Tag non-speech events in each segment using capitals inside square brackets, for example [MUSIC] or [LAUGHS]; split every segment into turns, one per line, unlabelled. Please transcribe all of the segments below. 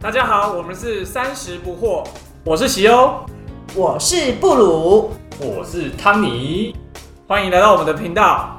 大家好，我们是三十不惑，我是喜欧，
我是布鲁，
我是汤尼。
欢迎来到我们的频道。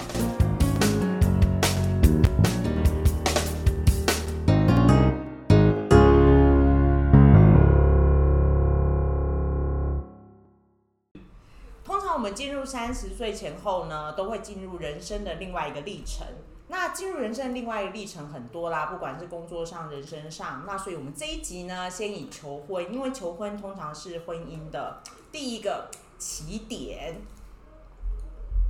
通常我们进入三十岁前后呢，都会进入人生的另外一个历程。那进入人生的另外一个历程很多啦，不管是工作上、人生上。那所以我们这一集呢，先以求婚，因为求婚通常是婚姻的第一个起点。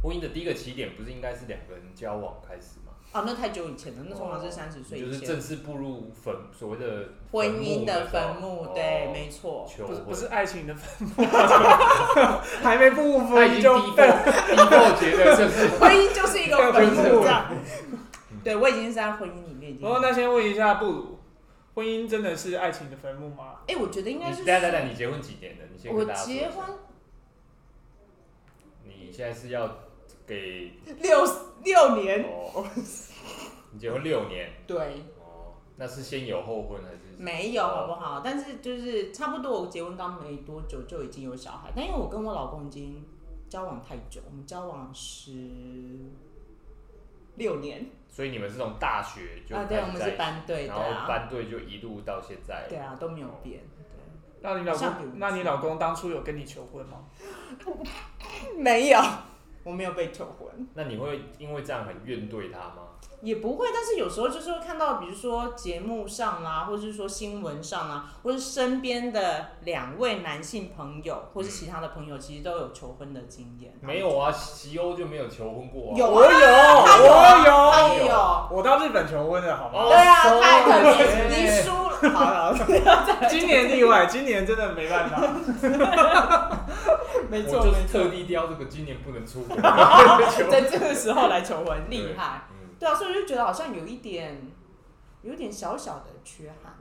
婚姻的第一个起点不是应该是两个人交往开始吗？
哦，那太久以前了，那通常是三十岁
哦就
以
是
前。
正式步入坟所谓的
婚姻的坟
时
墓
候，
对，
哦
没错。
求
不是不是
婚。
爱情的坟墓，还没步
他
分
已经低
就
过低过觉得这是
婚姻就是
[LAUGHS]
一个坟墓，
对
这样。对，我已经是在婚姻里面已经。
不哦过
哦
那先问一下布鲁，婚姻真的是爱情的坟墓吗？
哎、我觉得应该是
你等一下等一下，你结婚几年了？你先
我
跟大家说一下
结婚，
你现在是要给
六六年，
哦，你结婚六年
对，
哦，那是先有后婚还是
没有好不好？但是就是差不多，我结婚刚没多久就已经有小孩，但因为我跟我老公已经交往太久，我们交往十六年
所以你们是从大学就
啊，
开
对，
始
我们
在一
是
起
班队，对
然后
啊，
班队就一路到现在，
对啊，都没有
[LAUGHS]
变。
那你老
上辈
公
子，
那你老公当初有跟你求婚吗？
对没有，我没有被求婚，
那你会因为这样很怨对他吗？
也不会。但是有时候就是会看到，比如说节目上啦、或者是说新闻上啦、或是身边的两位男性朋友，或是其他的朋友，其实都有求婚的经验。
没有啊，西欧就没有求婚过啊。
有
我有，
他有啊
我
他也有。
有，我到日本求婚了，好吗？
哦
对啊，
收
太可惜
了，
你输了。 [LAUGHS] 好了，
今年例外，今年真的没办法。
没
我
错
就
没
是
错
特，地雕这个，今年不
[LAUGHS]
能出国。
在这个时候来求婚，厉害。
嗯，
对啊，所以就觉得好像有一点，有一点小小的缺憾。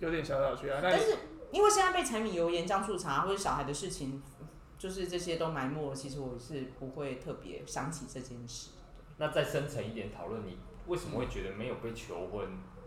有点小小缺啊，那
但
你
是因为现在被柴米油盐酱醋茶或者小孩的事情，就是这些都埋没了，其实我是不会特别想起这件事。
那再深层一点讨论，你为什么会觉得没有被求婚，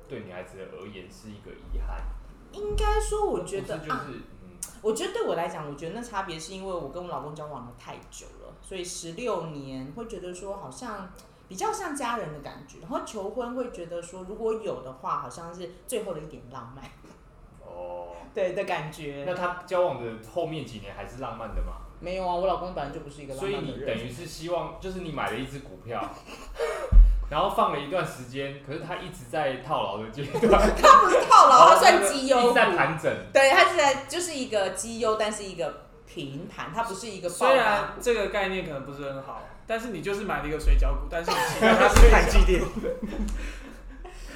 对女孩子而言是一个遗憾？
应该说，我觉得
不是就
啊，
是嗯，
我觉得对我来讲，我觉得那差别是因为我跟我老公交往的太久了，所以十六年会觉得说好像比较像家人的感觉，然后求婚会觉得说如果有的话，好像是最后的一点浪漫， [LAUGHS]
哦，
对的感
那
觉。
他交往的后面几年还是浪漫的吗？
没有啊，我老公本来就不是一个浪
所以
漫的
你等
人，
于是希望，就是你买了一只股票， [LAUGHS] 然后放了一段时间，可是它一直在套牢的阶段，
他不是套牢，他算绩
一
优
直
股，
哦在盘整。
对，他是在就是一个绩优，但是一个平盘，它不是一个爆
虽
发
然
股。
这个概念可能不是很好，但是你就是买了一个水饺股，但是你
[LAUGHS]
期待它是台积电。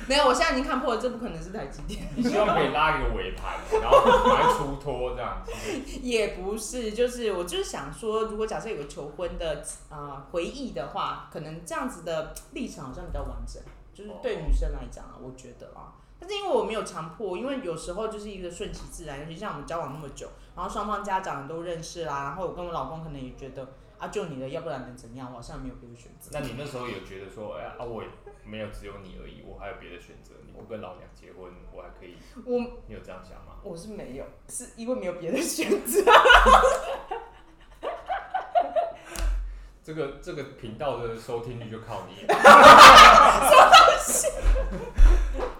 没有，我现在已经看破了，这不可能是台积电。
你希望可以拉一个尾盘，然后把它出脱这样。是不
[LAUGHS]
是
也不是，就是我就是想说，如果假设有个求婚的啊、呃回忆的话，可能这样子的历程好像比较完整，就是
哦
对女生来讲啊，我觉得啊。但是因为我没有强迫，因为有时候就是一个顺其自然，尤其像我们交往那么久，然后双方家长都认识啦，然后我跟我老公可能也觉得啊，就你的，要不然能怎样？我好像没有别的选择。
那你那时候有觉得说，哎、呀啊，我也没有只有你而已，我还有别的选择，你不跟老娘结婚，我还可以，
我
你有这样想吗？
我是没有，是因为没有别的选择。
这个这个频道的收听率就靠你。 [LAUGHS]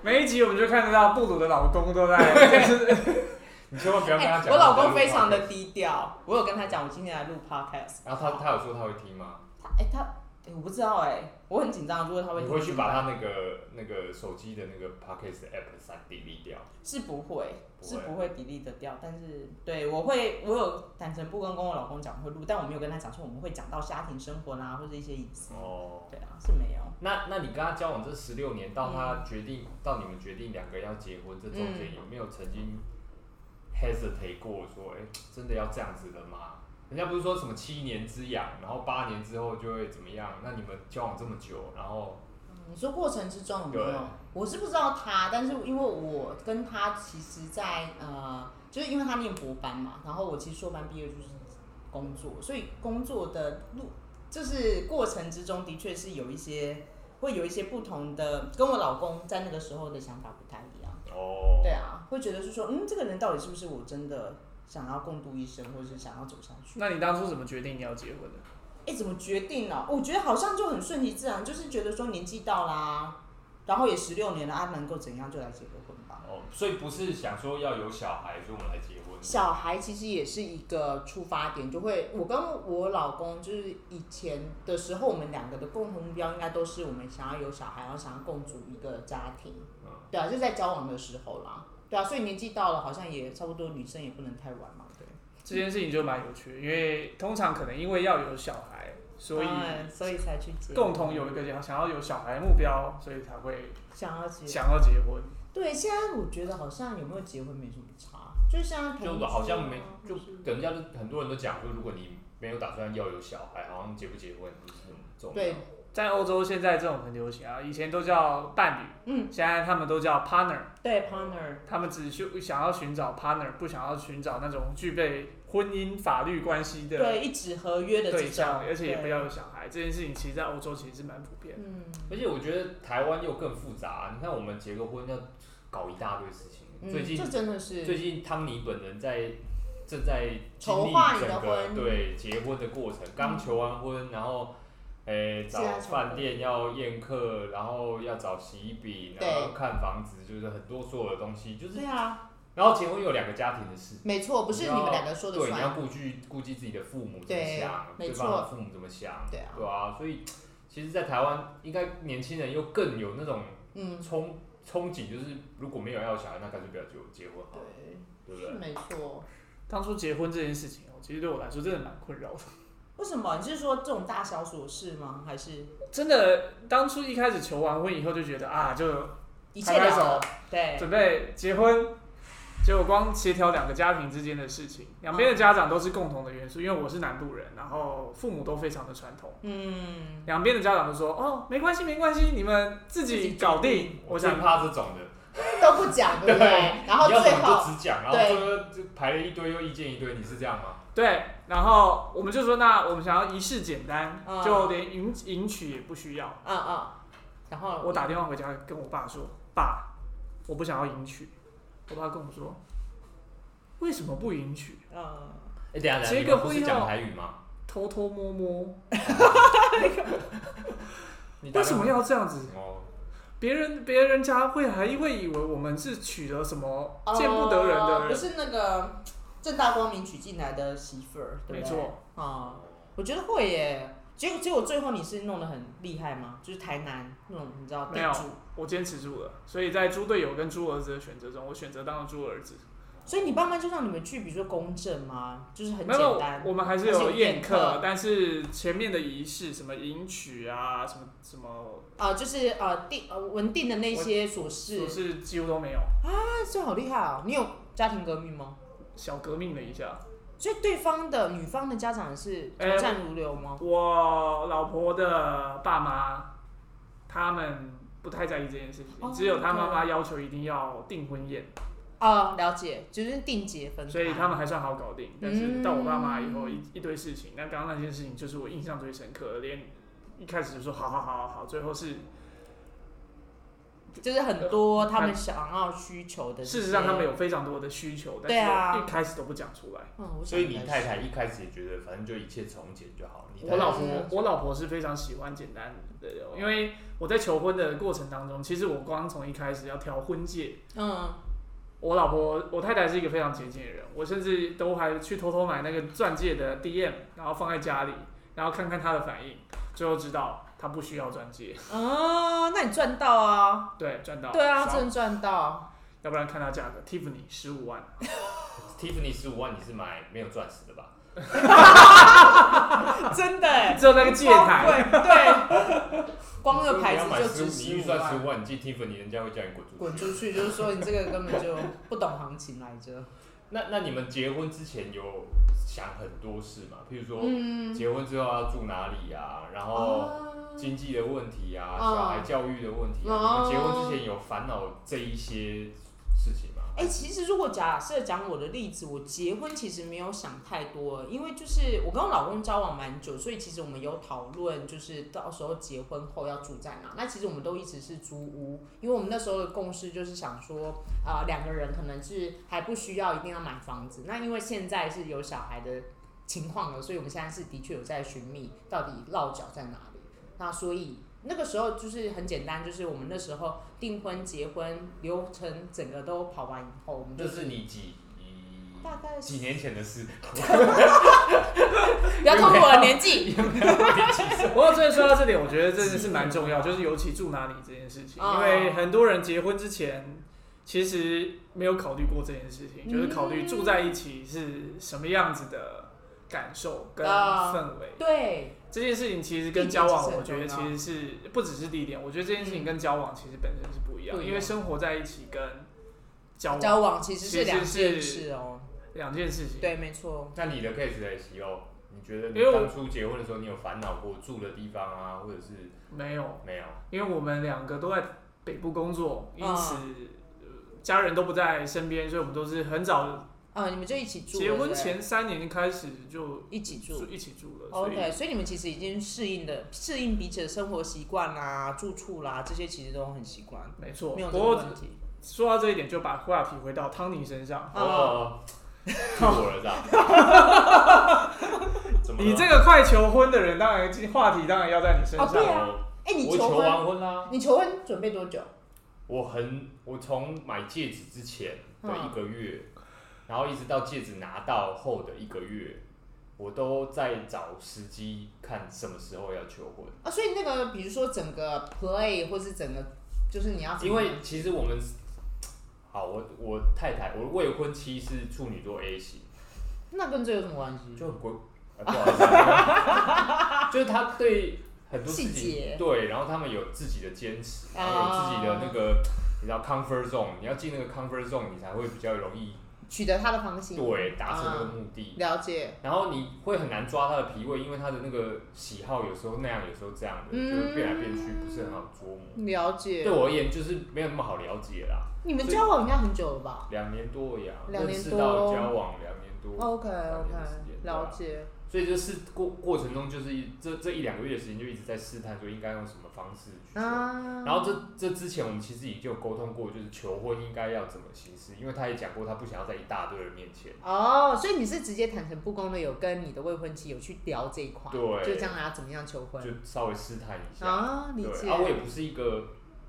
每一集我们就看得到布鲁的老公都
[LAUGHS]
在，就是
你千万不要跟他
哎
讲、
我老公非常的，低调，我有跟他讲我今天来录 podcast，
然后他他有说他会听吗？
他哎、他、哎我不知道哎、我很紧张，如果他会
你
听
会去把
怎么办
他那个那个手机的那个 Pocket App 删 delete 掉？
是不会
不会
是不会 delete 得掉，但是对我会我有坦诚不跟跟我老公讲会录，但我没有跟他讲说我们会讲到家庭生活啦或者一些隐私，
哦，
对啊是没有，
那那你跟他交往这十六年，到
嗯
他决定、到你们决定两个要结婚，这中间有没有曾经 hesitate 过说，哎、真的要这样子的吗？人家不是说什么七年之痒，然后八年之后就会怎么样？那你们交往这么久，然后
你说过程之中有没
对
有？我是不知道他，但是因为我跟他其实在，呃，就是因为他念博班嘛，然后我其实硕班毕业就是工作，所以工作的路就是过程之中的确是有一些会有一些不同的，跟我老公在那个时候的想法不太一样。
哦，
对啊，会觉得是说，嗯，这个人到底是不是我真的想要共度一生，或者是想要走下去？
那你当初怎么决定你要结婚的？
哎，怎么决定呢、我觉得好像就很顺其自然，就是觉得说年纪到啦，然后也十六年了，啊，能够怎样就来结个婚吧。
哦，所以不是想说要有小孩，所以我们来结婚。
小孩其实也是一个出发点，就会我跟我老公就是以前的时候，我们两个的共同目标应该都是我们想要有小孩，然后想要共组一个家庭。
嗯
对啊，就在交往的时候啦。对啊，所以年纪到了，好像也差不多，女生也不能太晚嘛，对。
这件事情就蛮有趣的，因为通常可能因为要有小孩，所以
当然哎所以才去结婚
共同有一个想想要有小孩的目标，所以才会
想要结婚。
想要结婚。
对，现在我觉得好像有没有结婚没什么差，就像同
就
居啊
好像没，就
或是
人家就很多人都讲说，如果你没有打算要有小孩，好像结不结婚不是很重要。
对，
在欧洲现在这种很流行啊，以前都叫伴侣，
嗯，
现在他们都叫 partner，
对 partner，
他们只是想要寻找 partner，不想要寻找那种具备婚姻法律关系
啊
的
对一纸合约的这
对
种，
象，而且也不
对
要有小孩。这件事情其实，在欧洲其实是蛮普遍的。
嗯，
而且我觉得台湾又更复杂、你看我们结个婚要搞一大堆事情，
嗯
最近
这真的是
最近汤尼本人在正在经
筹
历
划你的
整个
婚
对结婚的过程，刚求完婚，然后诶、
是
找
啊求
饭
婚
店要宴客，然后要找洗衣饼，
对
然后看房子，就是很多所有的东西，就是
对啊，
然后结婚有两个家庭的事。
没错，不是
你
你
要
们两个说的
对，你要
算，
顾忌顾忌自己的父母怎么
对
想，
没
对
错
方的父母怎么想，
对啊
所以其实，在台湾应该年轻人又更有那种
嗯，
憧憧憬，就是如果没有要有小孩，那干脆不要结结婚好了，
对，
对不
是
对？
没错。
当初结婚这件事情哦，其实对我来说真的蛮困扰的。
为什么？你是说这种大小琐事吗？还是
[LAUGHS] 真的，当初一开始求完婚以后就觉得啊，就
一
拍
切
拍
了
手
了？对，
准备结婚，结果光协调两个家庭之间的事情，两边的家长都是共同的元素，因为我是南部人，然后父母都非常的传统，
嗯，
两边的家长都说哦，没关系没关系，你们自己搞定。我
我最
想
怕这种的，
都不讲，对不对？然后
你要
最
什么
后
就只讲，然后
对
最后就排了一堆又意见一堆，你是这样吗？
对，然后我们就说那我们想要仪式简单，
嗯
就连迎迎娶也不需要。
嗯嗯，然后
我打电话回家跟我爸说：“爸，我不想要迎娶。”我爸跟我说：“为什么不迎娶？
嗯，
哎，等一下等一下，
结
你
个
们不
婚
是
后
讲台语吗？
偷偷摸摸，
你打
为
算
什么？要这样子？
哦，
别人别人家会还会以为我们是娶了什么见不得人的
哦
人，
不是那个正大光明娶进来的媳妇儿，对
没
不对？
错，
啊、我觉得会耶。结果结果最后你是弄得很厉害吗？就是台南那种，你知道
没
地
有
主，，
我坚持住了。所以在猪队友跟猪儿子的选择中，我选择当了猪儿子。
所以你爸妈就让你们去，比如说公证吗？就是很
没有
简单，。
我们还是
而且
有
有宴
宴
客
客，但是前面的仪式，什么迎娶啊，什么什么，
啊、就是呃定呃文定的那些琐事
琐，事几乎都没有，
那这好厉害哦！你有家庭革命吗？
小革命了一下。
所以对方的女方的家长是
哎
从善如流吗？
我老婆的爸妈，他们不太在意这件事情，
哦
只有他妈妈要求一定要订婚宴，
啊、了解，就是定结分开。
所以他们还算好搞定。但是
嗯
到我爸妈以后一一堆事情，那刚刚那件事情就是我印象最深刻的，连一开始就说好好好好好，最后是
就是很多他们想要需求的这些。
呃事实上他们有非常多的需求，
对啊
但是一开始都不讲出来。
嗯，我想
所以你
应该
太
是
太一开始也觉得，反正就一切从简就好。你太
我
太
老
是
婆，我老婆是非常喜欢简单的人，因为我在求婚的过程当中，其实我光从一开始要挑婚戒，
嗯，
我老婆，我太太是一个非常节俭的人，我甚至都还去偷偷买那个钻戒的 DM，然后放在家里，然后看看她的反应，最后知道她不需要钻戒，
哦，那你赚到啊！
对，赚到，
对啊，
爽
真的赚到。
要不然看她价格，Tiffany 十五万，
Tiffany 十五万，你是买没有钻石的吧？
真的欸，
只有那个戒
超
台，
贵对，光那
所以
个
你
牌
要
子
买
就
十
值
五，你
十
预
五
算十
万，
五万，你进 Tiffany，人家会叫你滚出去。
滚出去！就是说你这个根本就不懂行情来着。
哦那那你们结婚之前有想很多事吗？譬如说
嗯，
结婚之后要住哪里呀、然后
哦
经济的问题呀、
哦
小孩教育的问题、啊，
哦
你们结婚之前有烦恼这一些事情吗？
哎、其实如果假设讲我的例子，我结婚其实没有想太多，因为就是我跟我老公交往蛮久，所以其实我们有讨论，就是到时候结婚后要住在哪。那其实我们都一直是租屋，因为我们那时候的共识就是想说，啊、两个人可能是还不需要一定要买房子。那因为现在是有小孩的情况了，所以我们现在是的确有在寻觅到底落脚在哪里。那所以那个时候就是很简单，就是我们那时候订婚、结婚流程整个都跑完以后，我们就
这
是
是你几
大概是
几年前的事，
不要透露我的年纪。
不过真的说到这点，我觉得真的是蛮重要，就是尤其住哪里这件事情，
哦
因为很多人结婚之前其实没有考虑过这件事情，就是考虑住在一起是什么样子的感受跟
啊
氛围。
对，
这件事情其实
地
跟
点其
交
实
往，
很
我觉得
重
其
要
实是不只是地点，我觉得这件事情
嗯
跟交往其实本身是不一样，
不一样
因为生活在一起跟交往
交往其实
其
是
实
两件
是
事哦、
两件事情。
对，没错。
那你的 case 来西哦，你觉得
因为
你
我
当初结婚的时候，你有烦恼过住的地方啊，或者是
没有，
没有？
因为我们两个都在北部工作，因
嗯
此、呃家人都不在身边，所以我们都是很早
啊，你们就一起住了，
结
对
婚
不对
前三年就开始就
一起住哦
住。一起住了，所以
OK，所以你们其实已经适应的适应彼此的生活习惯啦、住处啦，这些其实都很习惯，
没错。
没有
不
这个
过
问题。
说到这一点，就把话题回到汤尼身上。
啊
哦，是我了
[LAUGHS]
是吧？怎么了？
你这个快求婚的人，当然话题当然要在你身上。
哦对啊
我
哎、你求
我求
婚，
完婚啦、
你求婚准备多久？
我很我从买戒指之前的
嗯
一个月，然后一直到戒指拿到后的一个月，我都在找时机看什么时候要求婚。
啊，所以那个比如说整个 play 或是整个就是你要怎么
因为其实我们，好，我我太太，我的未婚妻是处女座 A 型，
那跟这有什么关系？
就很鬼，啊不好意思， [LAUGHS] 就是他对很多事
细节
情对，然后他们有自己的坚持，还
啊
有自己的那个。你知道 comfort zone，你要进那个 comfort zone，你才会比较容易
取得他的芳心，
对达成那个
啊
目的。
了解，
然后你会很难抓他的脾胃，因为他的那个喜好有时候那样，有时候这样的，
嗯
就会变来变去，不是很好捉摸。
了
对
解。
我而言，就是没有那么好了解啦。
你们交往应该很久了吧
两年多呀，
两
认
年
识
多哦
到交往两年多，
？OK
两
OK，
年的时间对啊
了解。
所以就是过过程中，就是一这这一两个月的时间，就一直在试探说应该用什么方式去求婚。
啊，
然后这这之前，我们其实已经有沟通过，就是求婚应该要怎么行事，因为他也讲过，他不想要在一大堆人面前。
哦，所以你是直接坦诚不公的，有跟你的未婚妻有去聊这一块，
对
就将来要怎么样求婚
就稍微试探一下，
啊，理
对，
解，
啊，我也不是一个，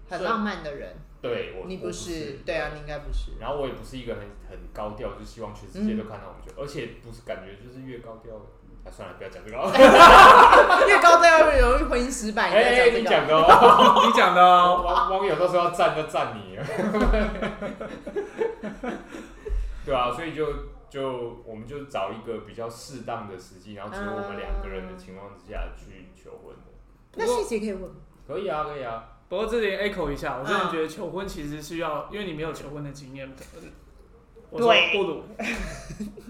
很浪漫的人，
对我
你
我
不
是，
对啊，你应该不是，
然后我也不是一个很很高调，就希望全世界都看到我们就，而且不是感觉就是越高调，啊，算了，不要讲这个哦。
[LAUGHS] 越高调越容易婚姻失败，
哎、
你
你
在讲
讲的哦，
你讲的哦，
[LAUGHS] 网网友到时候要赞就赞你 [LAUGHS] 了。对啊，所以就就我们就找一个比较适当的时机，然后只有我们两个人的情况之下去求婚的。
这个，那细节可以问吗，
可以啊，可以啊，
不过这里 echo 一下，我真
嗯
的觉得求婚其实是要，因为你没有求婚的经验，我说
对
不如。 [LAUGHS]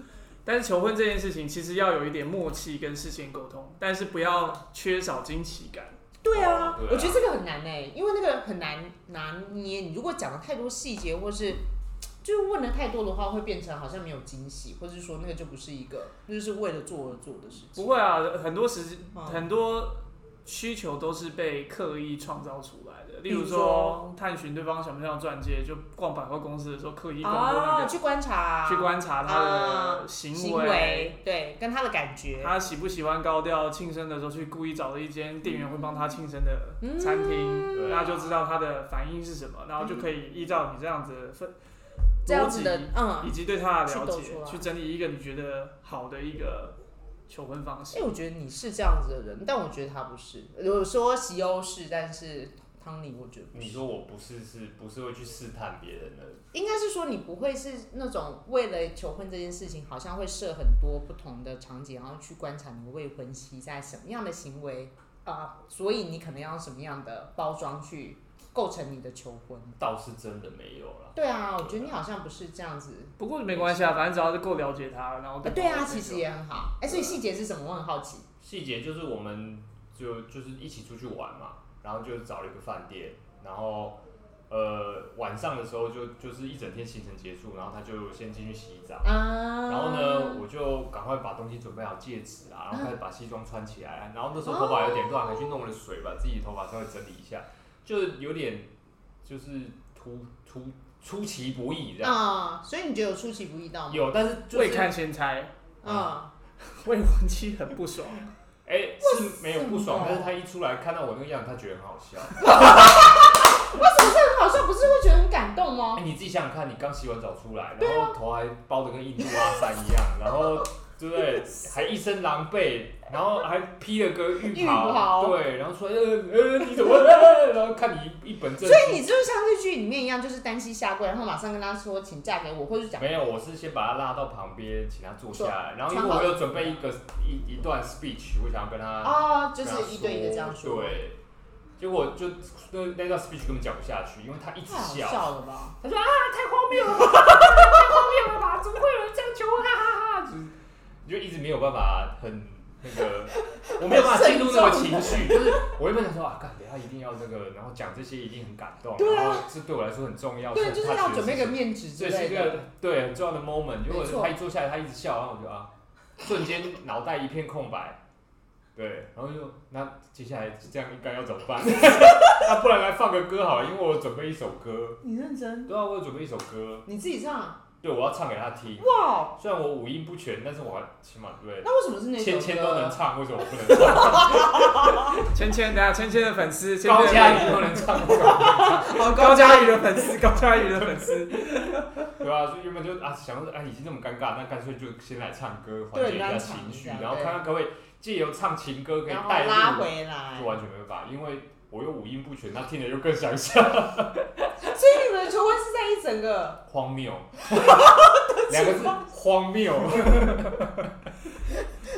但是求婚这件事情，其实要有一点默契跟事先沟通，但是不要缺少惊喜感。
对啊
哦，对啊
我觉得这个很难哎，因为那个很难拿捏，你如果讲了太多细节，或是就是问的太多的话，会变成好像没有惊喜，或是说那个就不是一个，那就是为了做而做的事情，
不会啊，很多时
嗯
很多需求都是被刻意创造出来的。例
比
如
如
说
说，
探寻对方想不想钻戒，就逛百货公司的时候刻意逛过那
啊，
个，
去观察，
去观察他
啊
的行
行
为。
为，对，跟他的感觉，
他喜不喜欢高调庆生的时候去故意找了一间店员会帮他庆生的
嗯
餐厅，
对
那
啊
就知道他的反应是什么，然后就可以依照你这样子的分
嗯这样
逻
子
辑，
的，嗯
以，及对他的了解
去抖出，来
去整理一个你觉得好的一个求婚方式
哎，。我觉得你是这样子的人，但我觉得他不是。有说西欧是，但是汤尼我觉得不
你
是，
说我不是是不是会去试探别人的？
应该是说你不会是那种为了求婚这件事情，好像会设很多不同的场景，然后去观察你的未婚妻在什么样的行为啊、所以你可能要用什么样的包装去构成你的求婚。
倒是真的没有啦。
对啊，我觉得你好像不是这样子。
不过没关系啊，反正只要是够了解他，然后
啊
方
对啊，
了解
其
就
实也很好。哎、所以细节是什么？我很好奇。
细节就是我们就就是一起出去玩嘛，然后就找了一个饭店，然后呃晚上的时候就就是一整天行程结束，然后他就先进去洗澡，
啊，
然后呢，我就赶快把东西准备好，戒指啊，然后开始把西装穿起来。啊然后那时候头发有点乱，还去弄了水，把自己头发稍微整理一下，就有点就是突突出其不意这样。
啊，所以你觉得有出其不意到吗？
有，但是就
未
是
看先
[LAUGHS]
猜，
嗯，
未婚妻很不爽，
哎、是没有不爽
为什么，
但是他一出来看到我那个样子，他觉得很好笑。
很好笑，不是会觉得很感动
哎、
吗？
你自己想想看，你刚洗完澡出来，然
啊
后头还包的跟印度阿三一样，然后对不对？还一身狼狈，然后还披了个浴
浴袍
对，然后说呃呃你怎么了？ [LAUGHS] 然后看你一本正
所
经。
以你就是像日剧里面一样，就是单膝下跪，然后马上跟他说请嫁给我，或者是讲
没有，我是先把他拉到旁边，请他坐下来，然后因为
穿好
我有准备一个一一段 speech，我想要跟他
哦，就
跟他
是一对一的这样说，
对，结果就那那段 speech 根本讲不下去，因为他一直
太好笑了吧？
他说啊，太荒谬了吧，太荒谬了吧，怎么会有人这样求我？哈哈哈！就是你就一直没有办法很那个，
[LAUGHS]
我没有办法进入那个情绪，就是我原本想说啊，干，等一下一定要这个，然后讲这些一定很感动，
对啊
然后这对我来说很重要，
对，就是
很 touch
要
的
准备
事
个
情
面纸之
这是
类
一
的
个。对很重要的 moment。如果
没错
他一坐下来，他一直笑，然后我就啊，瞬间脑袋一片空白。对，然后就那接下来这样应该要怎么
[LAUGHS]
办？ [LAUGHS] 那不然来放个歌好了，因为我有准备一首歌。
你认真？
对啊，我有准备一首歌，
你自己唱？
对，我要唱给他听。
哇，
虽然我五音不全，但是我还起码对
那为什么是那首
芊
歌？啊
芊都能唱，为什么我不能 [LAUGHS] 唱？
芊芊的芊芊的粉丝，芊
高
芊的
佳怡都能唱，为什么我不能唱？
哦 [LAUGHS] 高佳宇的粉丝，高佳宇的粉丝，
[LAUGHS] 对啊，所以原本就啊想说，哎，已经这么尴尬，那干脆就先来唱歌缓
对
解一下
让场
情
一
绪，
下
然后
对
看看可不可以借由唱情歌可以
然后
带入，
拉回来
就。完全没办法，因为我又五音不全，他听着就更想笑，
所以你们的求婚是在一整个 [LAUGHS]
荒谬，两个字荒谬，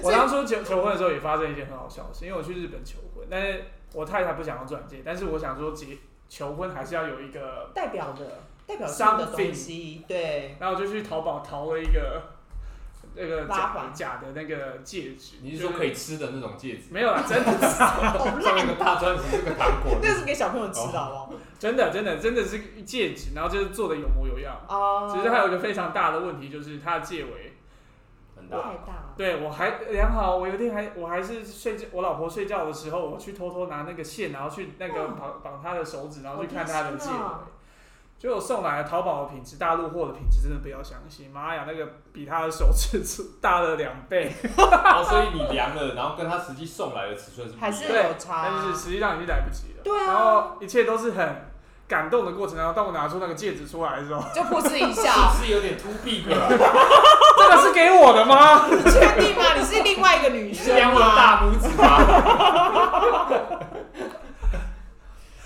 我当初求求婚的时候也发生一件很好笑的事，因为我去日本求婚，但是我太太不想要钻戒，但是我想说结求婚还是要有一个，
代表的代表性的
Something
东西，对，
然后我就去淘宝淘了一个那个
拉
假
环
假的那个戒指，
你是说可以吃的那种戒指，
没有啦，真的
好
上
哦
面
烂
有个大钻石，这个糖果，
那是给小朋友吃的，好不
真的真的真的是戒指，然后就是做的有模有样。[LAUGHS]
好？啊，
只是还有一个非常大的问题，就是它的戒围，
很大
太，大了，
对我还良好。我有一天还我还是睡觉，我老婆睡觉的时候，我去偷偷拿那个线，然后去那个
哇
绑绑她的手指，然后
好
去看
贴
她的
心
戒
啊
围。就我送来的淘宝的品质，大陆货的品质真的不要相信，妈呀，那个比她的手指大了两 [LAUGHS] 倍。
然后哦所以你量了，然后跟他实际送来的尺寸是不一
还
样
是
对
有差。
但是实际上已经来不及了。
对啊
然后一切都是很感动的过程。然后当我拿出那个戒指出来的 [LAUGHS] 时候，
就噗嗤一笑，
[LAUGHS] 是不是有点 too big 了？
这个是给我的吗？
你确定吗？你是另外一个女
是
生
量我的
吗？
大拇指吗？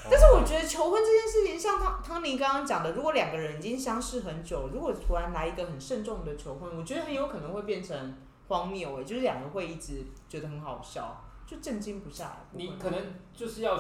但是我觉得求婚这件事情，像汤汤尼刚刚讲的，如果两个人已经相识很久，如果突然来一个很慎重的求婚，我觉得很有可能会变成荒谬哎、就是两个会一直觉得很好笑，就震惊不下来。
你
不
可
会吗
能就是要，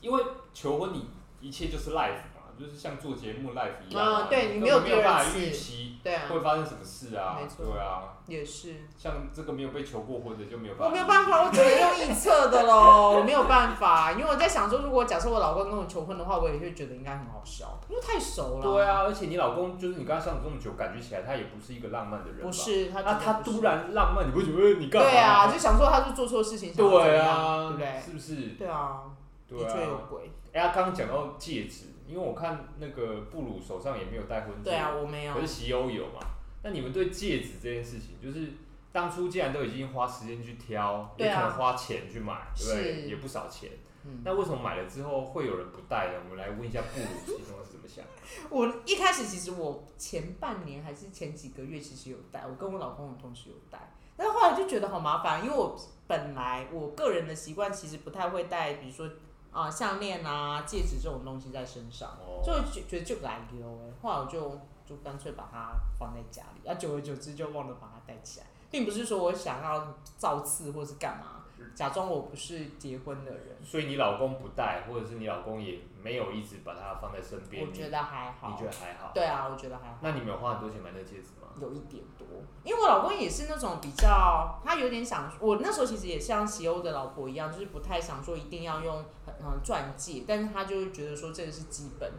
因为求婚你一切就是 live 嘛，就是像做节目 live 一样
啊对你
没
没有
没有办
第
法
二次
预期
对啊，
会发生什么事啊
没，错
对啊，
也是，
像这个没有被求过婚的就没有办法，
我没有办，法，我只能用臆测的喽，我没有办法，因为我在想说，如果假设我老公跟我求婚的话，我也会觉得应该很好笑，因为太熟了。
对，啊，而且你老公就是你跟他相处这么久，感觉起来他也不是一个浪漫的人吧，
不是他，
那啊他突。然浪漫，你会觉得呃你干嘛？
对啊，就想说他是做错事情，想要
对
怎样
啊，
对不对？
是不是？
对啊，
对
的确有
啊，
鬼。
哎，他刚刚讲到戒指，因为我看那个布鲁手上也没有戴婚戒，
对啊，我没有
可。是席欧有嘛？那你们对戒指这件事情，就是当初既然都已经花时间去挑，
对啊
也可能花钱去买，对不对？
是
也不少钱。
嗯，
那为什么买了之后会有人不戴呢？我们来问一下布鲁心中是怎么
嗯
想。
我一开始其实我前半年还是前几个月其实有戴，我跟我老公的同时有戴，但是后来就觉得好麻烦，因为我本来我个人的习惯其实不太会戴，比如说啊、项链啊戒指这种东西在身上，
哦
就会觉觉得就来丢哎，后来我就就干脆把它放在家里，啊久而久之就忘了把它戴起来，并不是说我想要造次或是干嘛，假装我不是结婚的人，
所以你老公不戴，或者是你老公也没有一直把它放在身边，
我觉得还
你
好
你觉，得还好？
对啊，我觉得还好。
那你们有花很多钱买那个戒指吗？
有一点多，因为我老公也是那种比较，他有点想，我那时候其实也像西欧的老婆一样，就是不太想说一定要用很嗯钻戒，但是他就是觉得说这个是基本，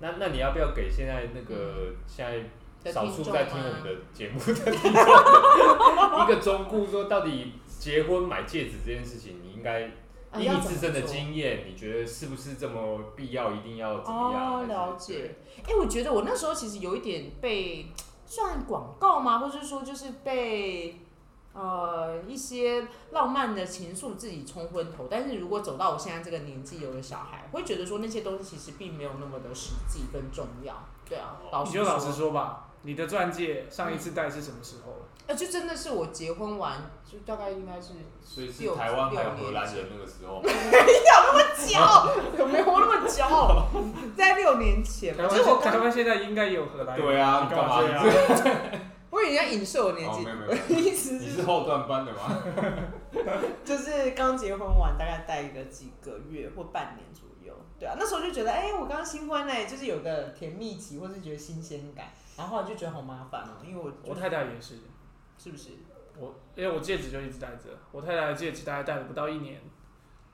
那那你要不要给现在那
嗯
个现在
的
少
听
数
众
在听
吗
我们的节目的听 [LAUGHS] 众，一个忠告说到底结婚买戒指这件事情，你应该
啊
以
要
你
怎
呃自
么
身的
做
经验，你觉得是不是这么必要，一定要怎么样？
哦，
还是
了解。。哎、我觉得我那时候其实有一点被算广告吗，或者是说就是被呃一些浪漫的情愫自己冲昏头。但是如果走到我现在这个年纪，有了小孩，会觉得说那些东西其实并没有那么的实际跟重要。对啊，老
你
实
就
说，
老实说吧，你的钻戒上一次戴是什么时候？
呃，就真的是我结婚完，就大概应该是
所以是
六
台湾还有
六
荷
年
兰
前
人那个时候，
骄傲，有没有那么骄傲？在六年前吧，
台湾
就是我
现台
刚，
湾现在应该也有荷兰人。
对啊，你
你
干
干
嘛
嘛？
你
这
这
样？
我以为要影射我年
哦
纪
没有没有没有，
[LAUGHS] 意思
你
是
是后段班的
[LAUGHS]
吗？
就是刚结婚完，大概待个几个月或半年左右。对啊，那时候就觉得，哎、我刚新婚嘞、就是有个甜蜜期，或是觉得新鲜感。然后后来就觉得好麻烦哦、因为我
我太太也是，
是不是？
我因为我戒指就一直戴着，我太太的戒指大概戴了不到一年，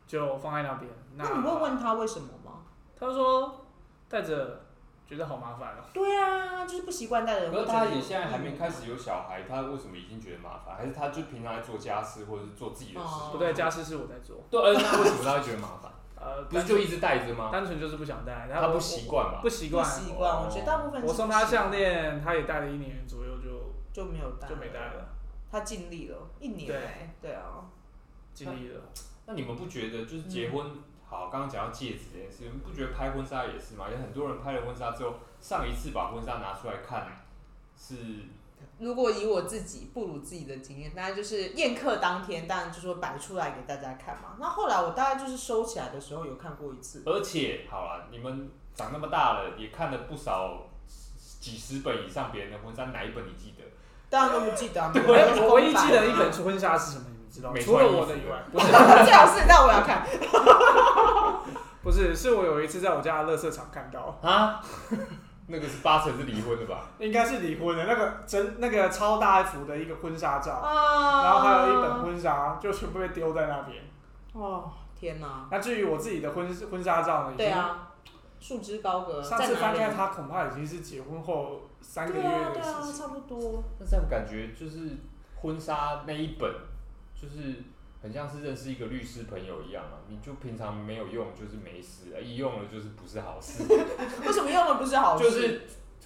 就放在那边。
那你会问他为什么吗？
她说戴着觉得好麻烦哦。
对啊，就是不习惯戴的人
可
会
是
觉得
他
有异
也
物。
现在还没开始有小孩，他为什么已经觉得麻烦？还是他就平常在做家事或者是做自己的事？
哦
不对，家事是我在做，
对，呃，那为什么他会觉得麻烦？
呃，
不是就一直戴着吗？
单纯就是不想戴，然后
他
我
不习惯吧？
不习
不
惯。
习惯，我觉得大部分是
我送她
不习惯
项链，她也戴了一年左右就
就没有戴，
就没戴。了，
他尽力了，一年
对
哎、对啊，
尽力了。
那你们不觉得
嗯
就是结婚、好？刚刚讲到戒指这件事，你们不觉得拍婚纱也是吗？有很多人拍了婚纱之后，上一次把婚纱拿出来看是
如果以我自己不如自己的经验，大概就是宴客当天，当然就说摆出来给大家看嘛。那后来我大概就是收起来的时候有看过一次，
而且好了，你们长那么大了，也看了不少几十本以上别人的婚纱，哪一本你记得？
当然都不记
[LAUGHS]
得、啊。每个人都是
哎我我唯一
公版
记得一
啊
本婚纱是什么，你们知道吗？
没
除了
穿衣
我
服
的以
的
外，不是
[LAUGHS] 最好是那我要看。
不是，是我有一次在我家的垃圾场看到，
啊？ [LAUGHS] 那个是八成是离婚的吧？
应该是离婚的那个真那个超大幅的一个婚纱照，
啊
然后还有一本。婚纱就全部被丢在那边。
[LAUGHS] 哦，天哪！
那至于我自己的婚婚纱照呢，已
对
经
啊，束之高阁。
上次
在哪
翻
里
开它，恐怕已经是结婚后三个
对
月的
啊，对啊，
事情。
差不多。
那这样感觉就是婚纱那一本，就是很像是认识一个律师朋友一样啊。你就平常没有用，就是没事；啊一用了就是不是好 [LAUGHS] 事。
为什么用的不是好事？
就是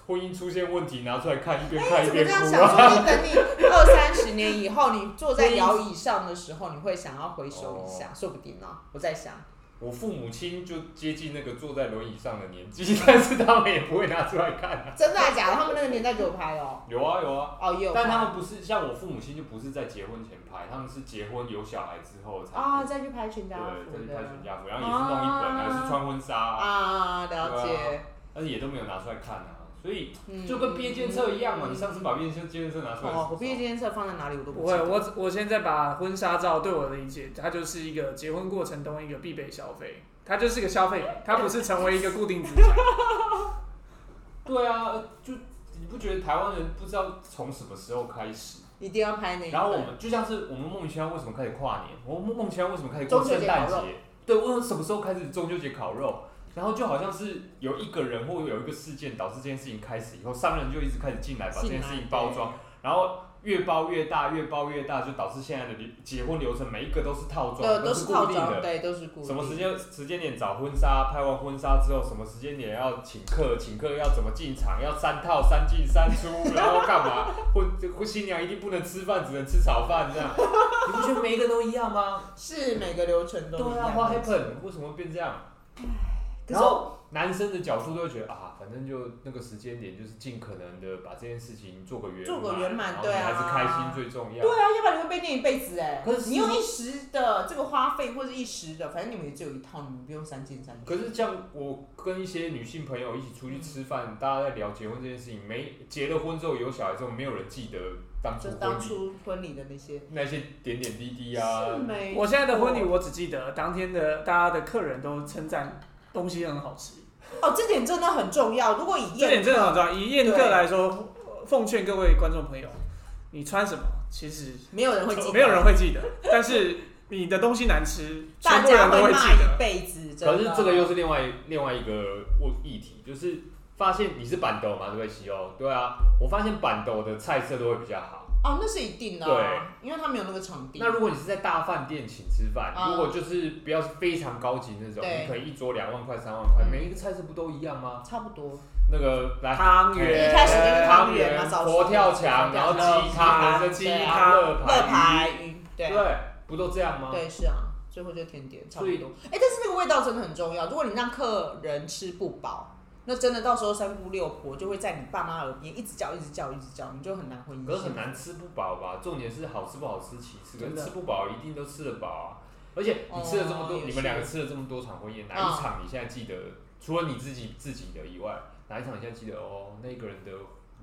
婚姻出现问题，拿出来看一边看一
怎么
边
这样
哭
想？
啊。
说你等你二三十年以后，你
[LAUGHS]
坐在摇椅上的时候，你会想要回首一
哦
下，说不定啊。我在想，
[LAUGHS] 我父母亲就接近那个坐在轮椅上的年纪， [LAUGHS] 但是他们也不会拿出来看啊。
真的还假的？他们那个年代给我拍的哦，
有啊有啊，
哦也有
但他
拍
们不是像我父母亲就不是在结婚前拍，他们是结婚有小孩之后才
啊，再去拍全
对，
家
再
福
去拍
的
全家福，然后也是弄一本，
啊
还是穿婚纱啊，
啊，了
对
解，
但是也都没有拿出来看啊。所以
嗯
就跟毕业监测一样嘛，你上次把毕业监监测拿出来，
哦，我毕业纪念册放在哪啊里我都
不
不记
会，
得。
我只我现在把婚纱照对我的理解，它就是一个结婚过程中一个必备消费，它就是个消费，它不是成为一个固定资
[LAUGHS]
产。
对啊，就你不觉得台湾人不知道从什么时候开始？
一定要拍那一
然后我
本
们就像是我们梦其妙为什么开始跨年，我们梦其妙为什么开始过圣诞
中秋节烤
节？对，我们什么时候开始中秋节烤肉？然后就好像是有一个人或有一个事件导致这件事情开始以后，商人就一直开始进来把这
进
件
来
事情包
对
装，然后越包越大，越包越大，就导致现在的流结婚流程每一个都是套装，
对，都
是
是
固
套
定的
装，。对，都是固定。
什么时？间时间点找婚纱，拍完婚纱之后，什么时间点要请客，请客要怎么进场，要三套三进三出，然后干嘛？婚婚新娘一定不能吃饭，只能吃炒饭 [LAUGHS] 这样。你不觉得每一个都一样吗？
是每个流程都
对
一
啊
样
，What
的。
happened？为什么会变这样？
可
然
是
后男生的角度都会觉得啊，反正就那个时间点，就是尽可能的把这件事情做个圆满，
做个圆满
然后
对啊
还是开心最重要
对。啊，要不然你会被念一辈子哎、
可是
你用一时的这个花费或者一时的，反正你们也只有一套，你们不用三件三件。
可是像我跟一些女性朋友一起出去吃饭，大家在聊结婚这件事情，没结了婚之后有小孩之后，没有人记得当初
就
婚
当
礼
初婚礼的那些，
那些点点滴滴啊。
没
我现在的婚礼，我只记得当天的大家的客人都称赞东西很好吃，
哦，这点真的很重要。如果以
这点真的很重要。以宴客
对
来说，奉劝各位观众朋友，你穿什么其实
没有人会记得，
没有人会记得，但是你的东西难
[LAUGHS]
吃，
大
全部
家
人都
会
会
骂
记
一
得。
辈子。真
可
的啊
是这个又是另外另外一个问议题，就是发现你是板豆嘛，对不对，西欧？对啊，我发现板豆的菜色都会比较好。
哦，那是一定的、啊，因为他没有那个场地。
那如果你是在大饭店请吃饭，
嗯
如果就是不要非常高级那种，
对
你可能一桌两万块、三万块，
嗯
每一个菜色不都一样吗？
差不多，
那个来
汤
一
圆
开始就是汤
汤啊
圆啊嘛早熟
佛跳墙，
对
然后
对
鸡汤、
对
人参
嗯
鸡
对啊
汤、乐
乐
牌
牌鱼，对
对
啊，
不都这样吗？
对是啊，最后就甜点差不
所
多。
以
哎、但是那个味道真的很重要。如果你让客人吃不饱，那真的到时候三姑六婆就会在你爸妈耳边一直叫、一直叫、一直叫，你就很难回应。
可是很难吃不饱吧？重点是好吃不好吃其次，可
真
是
的
吃不饱一定都吃得饱啊。而且你吃了这么多，
哦也
你
是嗯
们两个吃了这么多场婚宴，哪一场你现在记得？除了你自己自己的以外，哪一场你现在记得？哦，那个人的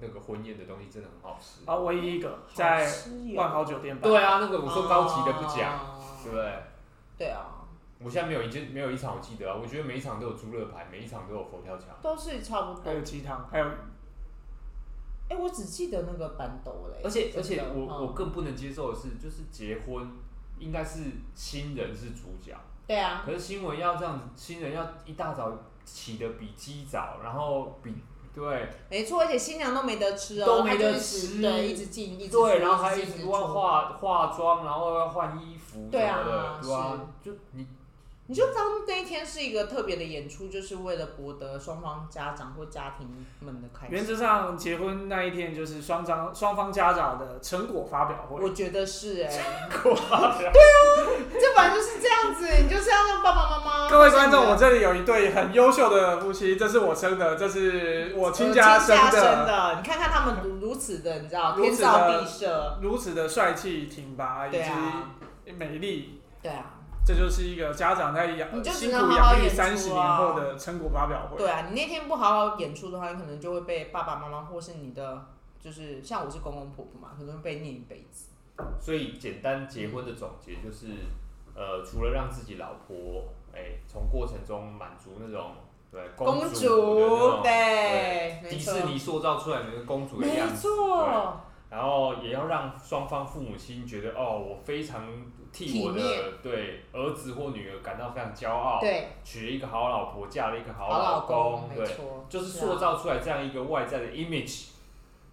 那个婚宴的东西真的很好吃。
哦
啊，唯一一个
好
在
吃哟
万豪酒店吧。
对啊，那个我说高级的不讲，对不
哦
对？
对啊，
我现在没有一件没有一场我记得啊，我觉得每一场都有猪肋排，每一场都有佛跳墙。
都是差不多。
还有鸡汤，还有
哎、我只记得那个板豆嘞，
而且
真的
而且我、
嗯
我更不能接受的是，就是结婚应该是新人是主角。
对啊，
可是新闻要这样子，新人要一大早起得比鸡早，然后比对
没错，而且新娘都没得吃哦，
都没
她
得
就一直
吃
对，一直进，一直出
对，然后还
一直
一
进
直
出
要化化妆，然后要换衣服什
对啊
么的，对啊，就你
你就当那一天是一个特别的演出，就是为了博得双方家长或家庭们的开
原
心。
则上结婚那一天就是双张双方家长的成果发表
我
会，
觉得是哎、啊
过
这本来就是这样子，你就是要让爸爸妈妈。
各位观众，我这里有一对很优秀的夫妻，这是我生的，这是我亲家
呃
生
亲家
的，
的，你看看他们如如此的，你知道，
如
天
此的
造地设，
如此的帅气挺拔以
对啊
及美丽，
对啊，
这就是一个家长在
你
养
就只
辛
能
苦
好好
养育
演出
三十年
啊
后的成果发表会。
对啊，你那天不好好演出的话，你可能就会被爸爸妈妈或是你的，就是像我是公公婆婆嘛，可能会被念一辈子。
所以简单结婚的总结就是，呃，除了让自己老婆哎从过程中满足那种对公
公
主的那种
对，没
迪
错
士，尼塑造出来的那个公主的样
没
子，对
错，
然后也要让双方父母亲觉得哦，我非常替我
体面
的对儿子或女儿感到非常骄傲，
对，
娶了一个好老婆，嫁了一个好
好老
公，
公，没
对，
错，
就是
是啊
塑造出来这样一个外在的 image。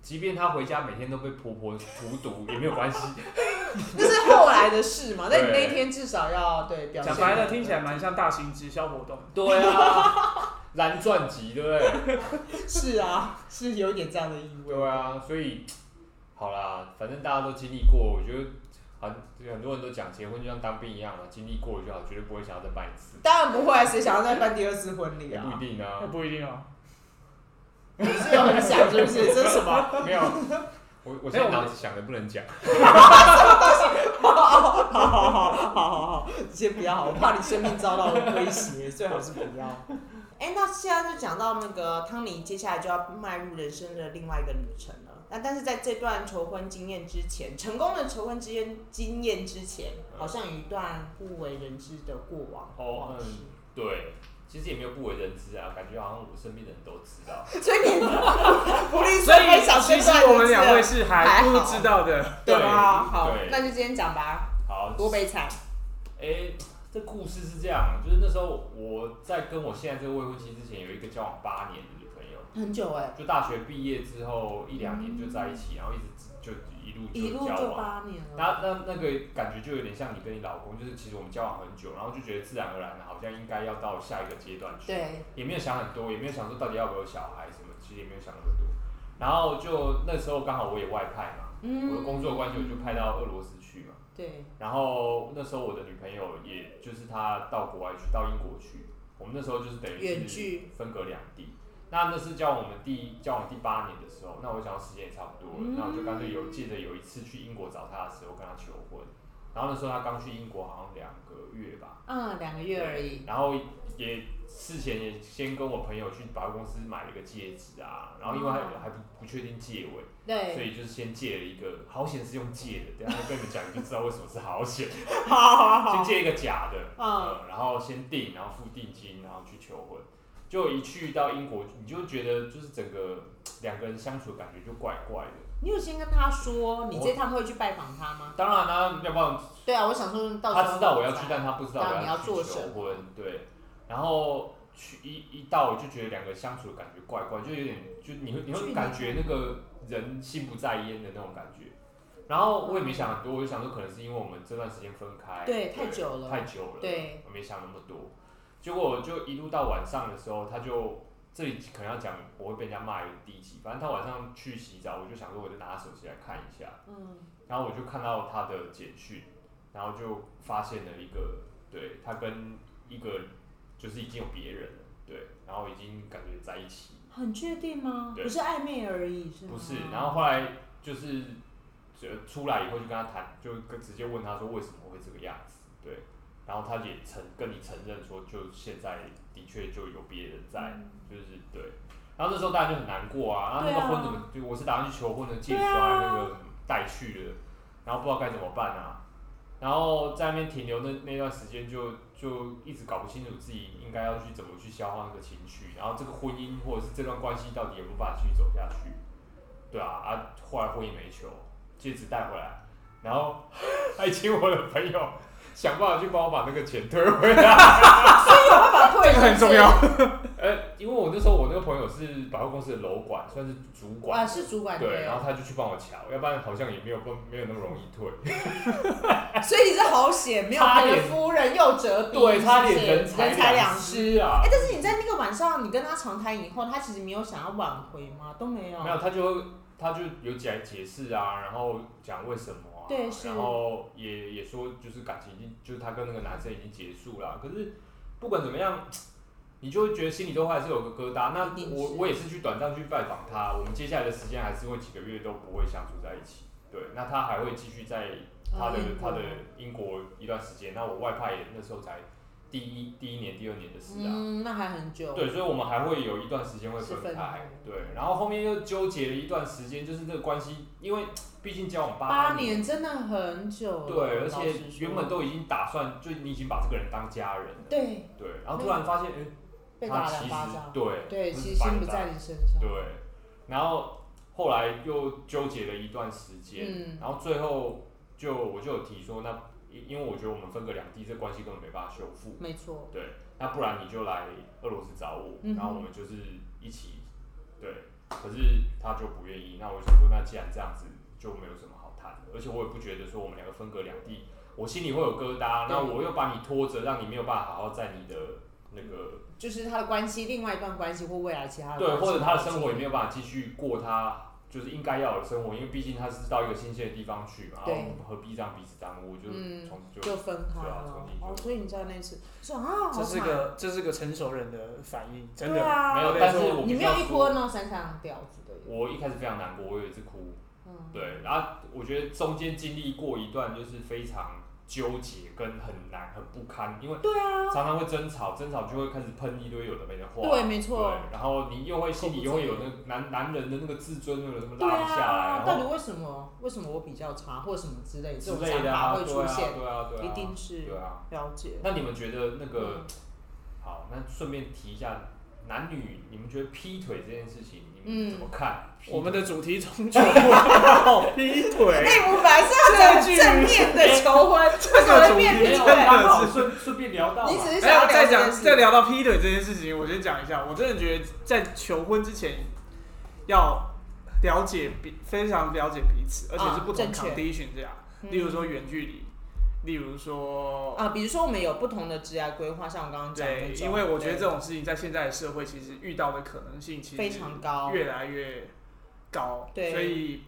即便她回家每天都被婆婆荼毒也没有
[LAUGHS]
关系，
那啊是后来的事嘛。但你那
对
一天至少要对表现。
讲白了，听起来蛮像大型直销活动。
对啊，蓝钻级对不对？
是啊，是有一点这样的意味。
对啊，所以好啦，反正大家都经历过，我觉得很很多人都讲结婚就像当兵一样嘛，经历过就好，绝对不会想要再办一次，
当然不会，谁想要再办第二次婚礼
也不一
啊？
定啊
那。不一定哦。
[LAUGHS] 你是有很想，是不是？这是什么？
没有， [LAUGHS] 我我现在脑子想的不能讲。
好好好好好好好，先不要，我怕你生命遭到威胁，最好是不要。哎、那现在就讲到那个汤尼，接下来就要迈入人生的另外一个旅程了。那但是在这段求婚经验之前，成功的求婚经验经验之前，好像有一段不为人知的过往
哦
往事。
对，其实也没有不为人知啊，感觉好像我身边的人都知道。
所以你福利社
所以
分享这
其实
段
我们
日子
两位是还不
还好
知道的。
对吧？
对
好
对，
那就今天讲吧，
好，
多悲惨。
哎、这故事是这样，就是那时候我在跟我现在这个未婚妻之前，有一个交往八年的女朋友，
很久哎、
就大学毕业之后一两年就在一起，然后一直就一路
一
就
路
交
就
往。
八年了。
那那那个感觉就有点像你跟你老公，就是其实我们交往很久，然后就觉得自然而然的，好像应该要到下一个阶段去。
对，
也没有想很多，也没有想说到底要不要有小孩什么，其实也没有想那么多。然后就那时候刚好我也外派嘛，我的
嗯，
工作关系我就派到俄罗斯去嘛。
对，
然后那时候我的女朋友也就是她到国外去，到英国去。我们那时候就是等于
远
是
距
分隔两地。那那是交往我们第交往第八年的时候，那我想要时间也差不多了，
嗯
那我就干脆有借着有一次去英国找她的时候跟她求婚。然后那时候她刚去英国好像两个月吧，
嗯，两个月而已。
然后也事前也先跟我朋友去百货公司买了个戒指啊，然后因为还、
哦
还不不确定戒尾，所
对，
以就是先借了一个好险是用借的，等一下跟你们讲你就知道为什么是好险，
[LAUGHS] 好好
先
好，
借一个假的，
嗯
呃，然后先定，然后付定金，然后去求婚。就一去到英国，你就觉得就是整个两个人相处的感觉就怪怪的，
你有先跟他说你这趟会去拜访他吗？
当然啦、要不然
对啊，我想说到时候
他知道我要去，但他不知道
那
我
你要
去
做
求
什么
婚，对。然后去一一到，我就觉得两个相处的感觉怪怪，就有点就你会
距
你会
离
感觉那个人心不在焉的那种感觉。然后我也没想很多，我就想说可能是因为我们这段时间分开，
对太久了
太久了，
对，
我没想那么多。结果就一路到晚上的时候，他就这里可能要讲我会被人家骂有点低级，反正他晚上去洗澡，我就想说我就拿手机来看一下，
嗯，
然后我就看到他的简讯，然后就发现了一个，对他跟一个就是已经有别人了，对，然后已经感觉在一起，
很确定吗？
对
不是暧昧而已，是吗？
不是，然后后来就是呃出来以后就跟他谈，就跟直接问他说为什么会这个样子，对，然后他也承跟你承认说，就现在的确就有别人在，就是对，然后那时候大家就很难过啊，然后那个
对啊
婚怎么，就我是打算去求婚的，借
对
刷
啊
那个带去了，然后不知道该怎么办啊。然后在那边停留那那段时间就，就一直搞不清楚自己应该要去怎么去消化那个情绪，然后这个婚姻或者是这段关系到底有没有办法继续走下去？对啊，啊，后来婚姻没求，戒指带回来，然后 [LAUGHS] 还请我的朋友想办法去帮我把那个钱退回来。
他把退
这个很重要，
呃，因为我那时候我那个朋友是百货公司的楼管，算是主管，
啊，是主管
对，然后他就去帮我瞧，要不然好像也没有没有那么容易退。
所以你是好险，没有
差
赔了
点
夫人又折兵，
对，差
哦是不
点
是
人
人
财
两失。
失啊
哎、！但是你在那个晚上，你跟他长谈以后，他其实没有想要挽回吗？都没有。
没有，他就他就有讲解释啊，然后讲为什么啊，
对是
然后也也说就是感情已经就是他跟那个男生已经结束了啊，可是不管怎么样，你就会觉得心里都还是有个疙瘩。那
一定
我
是
我也是去短暂去拜访他，我们接下来的时间还是会几个月都不会相处在一起。对，那他还会继续在他
啊
的、
英国
他的英国一段时间，那我外派也那时候才第一第一年第二年的事啊，
嗯，那还很久。
对，所以我们还会有一段时间会
是
分
分
开
开，
对，然后后面又纠结了一段时间，就是这个关系，因为毕竟交往
八
年，
年真的很久了。
对，而
老
且
实说
原本都已经打算，就你已经把这个人当家人了，
对
对，然后突然发现，哎、
被
他
打两
其实
巴掌，
对，
对，
不是
其实
把
心
你
不
打
在你身上。
对，然后后来又纠结了一段时间，
嗯
然后最后就我就有提说，那因因为我觉得我们分隔两地，这关系根本没办法修复，
没错。
对，那不然你就来俄罗斯找我，
嗯哼
然后我们就是一起，对。可是他就不愿意，那我想说，那既然这样子，就没有什么好谈的。而且我也不觉得说我们两个分隔两地，我心里会有疙瘩。
对
那我又把你拖着，让你没有办法好好在你的那个
就是他的关系，另外一段关系或未来嗯其他的
对，
关系
或者他的生活也没有办法继续过他就是应该要有的生活，因为毕竟他是到一个新鲜的地方去嘛，然后
对
我们何必让彼此耽误？我就
嗯
从此就
就分开
对啊
了
从你。就
哦，所以你在那次说啊，好
这是
惨。
个这是个成熟人的反应，真
对
的。
啊，
没有
对
但是
所以
你
我必须
没
要
有一哭
说
二闹三上吊之类的。
我一开始非常难过，我有一次哭。
嗯，
对，然后我觉得中间经历过一段就是非常纠结跟很难很不堪，因为
对啊，
常常会争吵，争吵就会开始喷一堆有的没的话，
对，没
对
错。
然后你又会心里又会有那个男男人的那个自尊又有什么拉不下来，
啊，
然
到
后
底为什么？为什么我比较差，或者什么之类这
之
种
类
想
的
法
啊，
会
对
出
啊，
现？
对啊，对啊，
一定是
对啊。
了解。
那你们觉得那个
嗯
好？那顺便提一下，男女你们觉得劈腿这件事情，你们
嗯
怎么看？劈
我们
腿
的主题从 [LAUGHS] 全部到劈腿，
哎，我本来是要讲正面的求婚，为什么会变
这个
劈
没
主题真
有，
腿？
的
刚好顺顺便聊到嘛，
你只是
没
想
有再
要聊这
讲
件
再
事，
聊到劈腿这件事情，我先讲一下，我真的觉得在求婚之前要了解彼，非常了解彼此，而且是不同
啊正确
condition 这样，
嗯
例如说远距离，例如说。
啊，比如说我们有不同的职业规划，像我刚刚讲的
对，
这种，
因为我觉得
对
这种事情在现在的社会，其实遇到的可能性其实
非常高。
越来越高，
对
所以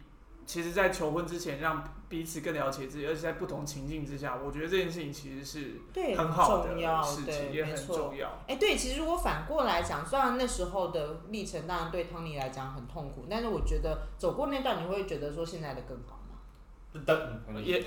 其实，在求婚之前，让彼此更了解自己，而且在不同情境之下，我觉得这件事情其实是
对，
很好
重
的
要，
事情，
对，
也
没
很
错。
重要。
哎、对，其实如果反过来讲，虽然那时候的历程当然对汤尼来讲很痛苦，但是我觉得走过那段，你会觉得说现在的更好吗？
就等嗯
也，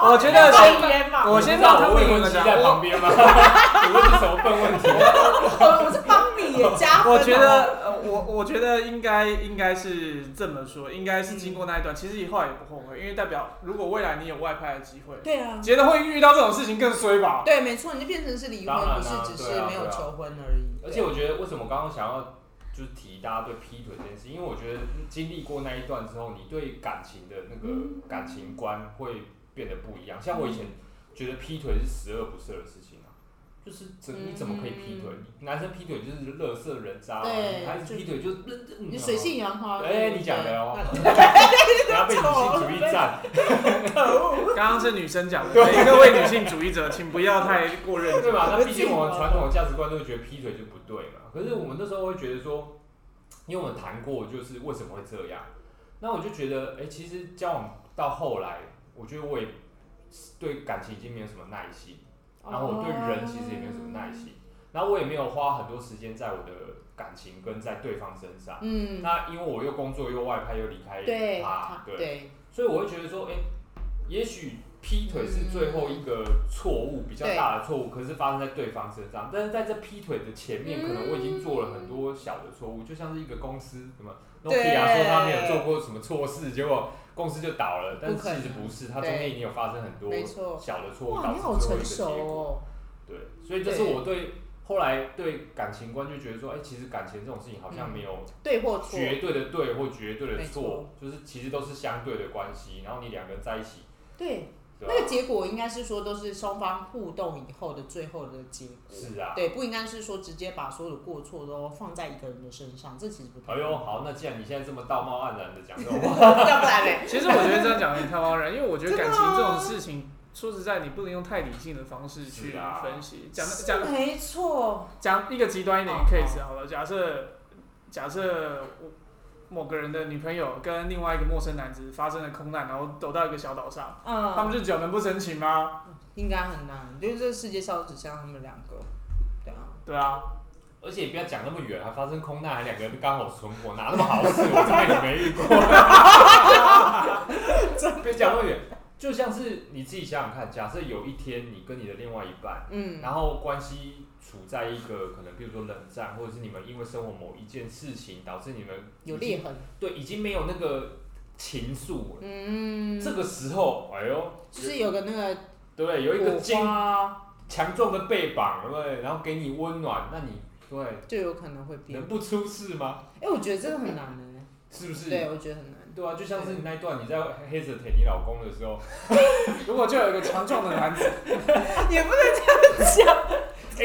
我觉得
抽
先，
烟嘛，
我先让他
未
问
婚
一
妻
下
在旁
我
边吗？你问什么笨问题？
我我是帮你也加分。
我觉得，呃，我我觉得应该应该是这么说，应该是经
嗯
过那一段，其实以后来也不后悔，因为代表如果未来你有外派的机会，
对啊，
结了婚遇到这种事情更衰吧。
对，没错，你就变成是离婚，
当然
不
啊
是只是
对啊
没有
对啊
求婚而已。
而且我觉得，为什么我刚刚想要就是提大家对劈腿这件事，因为我觉得经历过那一段之后，你对感情的那个
嗯
感情观会变得不一样。像我以前觉得劈腿是十恶不赦的事情啊，就是怎你怎么可以劈腿？男生劈腿就是乐色人渣、啊，
嗯对
女孩子劈腿就是嗯
你水。性杨花。
哎、你讲的哦，然后被女
[LAUGHS]
性主义占，
刚刚是女生讲的，对各位女性主义者，请不要太过认
[LAUGHS] 对
真。
吧？那毕竟我们传统的价值观都会觉得劈腿就不对嘛。可是我们那时候会觉得说，因为我们谈过，就是为什么会这样。那我就觉得，哎、其实交往到后来，我觉得我也对感情已经没有什么耐心， [LAUGHS]
哦
然后我对人其实也没有什么耐心，然后我也没有花很多时间在我的感情跟在对方身上。
嗯，
那因为我又工作又外派又离开
对，
他，对，
对，
所以我会觉得说，哎、也许劈腿是最后一个错误，比较大的错误，可是发生在对方身上。但是在这劈腿的前面，
嗯
可能我已经做了很多小的错误，就像是一个公司什么
对
Nokia 说他没有做过什么错事，结果公司就倒了，但
不可能
其实不是，它中间
对
一定有发生很多
没错。
小的错误，
哇，
导
你
致
好
最后一
成
个结
熟
果。
哦。
对，所以这是
对
我对后来对感情观就觉得说，哎、其实感情这种事情好
嗯
像没有
对或错，
绝对的对或绝对的
没
错
错，
就是其实都是相对的关系。然后你两个人在一起，
对，
对啊
那个
吧？
结果应该是说都是双方互动以后的最后的结果。
是啊。
对，不应该是说直接把所有的过错都放在一个人的身上，这其实不太好。
哎呦，好，那既然你现在这么道貌岸然的讲这种话，
[LAUGHS] 要不然
[LAUGHS]
嘞，
其实我觉得这样讲有点太茫然，因为我觉得感情这种事情，说实在，你不能用太理性的方式去
是啊
分析。讲讲
没错，
讲一个极端一点的
好
case 好了，假设假设我某个人的女朋友跟另外一个陌生男子发生了空难，然后躲到一个小岛上，他
嗯，
们就久能不生情吗？
应该很难，就是这个世界上只剩下他们两个，对啊，
对啊，
而且也不要讲那么远，还发生空难，还两个人刚好存活，哪那么好事？我这辈子没遇
[LAUGHS]
过。别讲那么远，就像是你自己想想看，假设有一天你跟你的另外一半，
嗯，
然后关系处在一个可能，比如说冷战，或者是你们因为生活某一件事情导致你们
有裂痕，
对，已经没有那个情愫了。
嗯，
这个时候，哎呦，
就是有个那个
对不对？有一个
火
坚
花
强壮的背膀，对不对？然后给你温暖，那你对
就有可能会变
能，不出事吗？
哎、我觉得这个很难呢、
是不是？
对，我觉得很难。
对啊，就像是你那一段你在黑着舔你老公的时候，
如果就有一个强壮的男子，
也不能这样
哎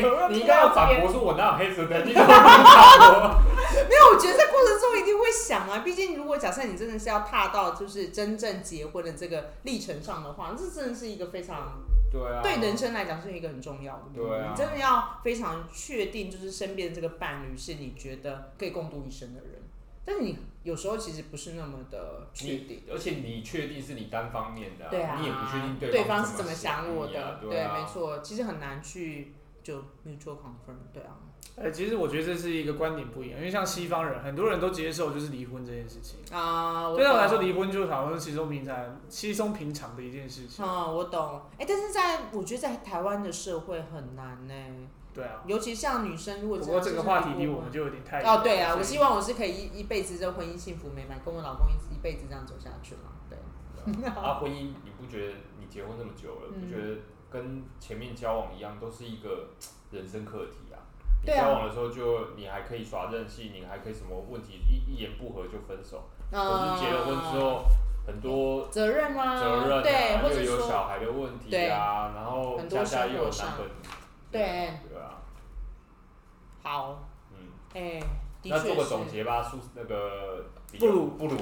讲
你应该要反驳说，我哪有黑着
[LAUGHS]
舔？你怎么不反驳？
没有，我觉得在过程中一定会想啊。毕竟，如果假设你真的是要踏到就是真正结婚的这个历程上的话，这真的是一个非常
对啊，
对人生来讲是一个很重要的。
对啊
你真的要非常确定，就是身边的这个伴侣是你觉得可以共度一生的人。但是你有时候其实不是那么的确定。
而且你确定是你单方面的、
对啊，
你也不确定
对
方
是
怎
怎
么
想我
你啊
的，
对啊，
没错，其实很难去就 mutual confirm，对啊，
呃，其实我觉得这是一个观点不一样，因为像西方人，很多人都接受就是离婚这件事情。
啊，我
对他们来
懂
说，离婚就好像是稀松平常、稀松平常的一件事情。
嗯，我懂。哎、但是在我觉得在台湾的社会很难呢、
对啊，
尤其像女生，如果
不过这个话题离
离
我们就有点太
哦，对啊，我
希
希望我是可以一一辈子这婚姻幸福美满，跟我老公一一辈子这样走下去嘛。对，
啊，婚姻你不觉得你结婚那么久了，
嗯
不觉得跟前面交往一样，都是一个嘖人生课题啊？你
对啊
交往的时候就你还可以耍任性，你还可以什么问题一一言不合就分手，可
嗯，
是结了婚之后很多
责任啦、
责任
对，
啊，
或
又
者
有
说
小孩的问题啊，然后
很多
家家
生
又
活
有
上
男本，
对
对啊，
好，
嗯，
哎、的
那做
确
个
是
总结吧，苏那个
布鲁
布鲁，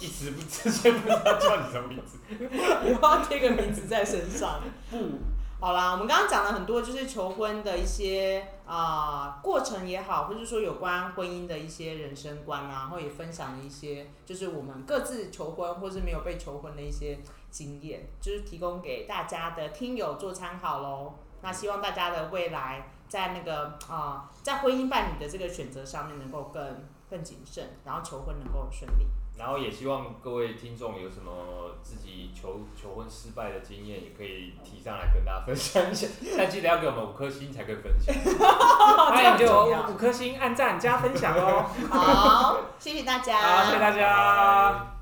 一直不 [LAUGHS] 之前不知道叫你什么名字，
[LAUGHS] 我要贴个名字在身上。
不
哦好啦，我们刚刚讲了很多，就是求婚的一些啊、过程也好，或者说有关婚姻的一些人生观啊，然后也分享了一些就是我们各自求婚或是没有被求婚的一些经验，就是提供给大家的听友做参考喽。那希望大家的未来在那个啊、在婚姻伴侣的这个选择上面能够更更谨慎，然后求婚能够顺利。
然后也希望各位听众有什么自己求求婚失败的经验，也可以提上来跟大家分享一下。 [LAUGHS] 但记得要给我们五颗星才可以分享。
欢
[LAUGHS]
迎给
这样
我
重要
五颗星、按赞、加分享哦！
好，谢谢大家，
好，谢谢大家。
拜拜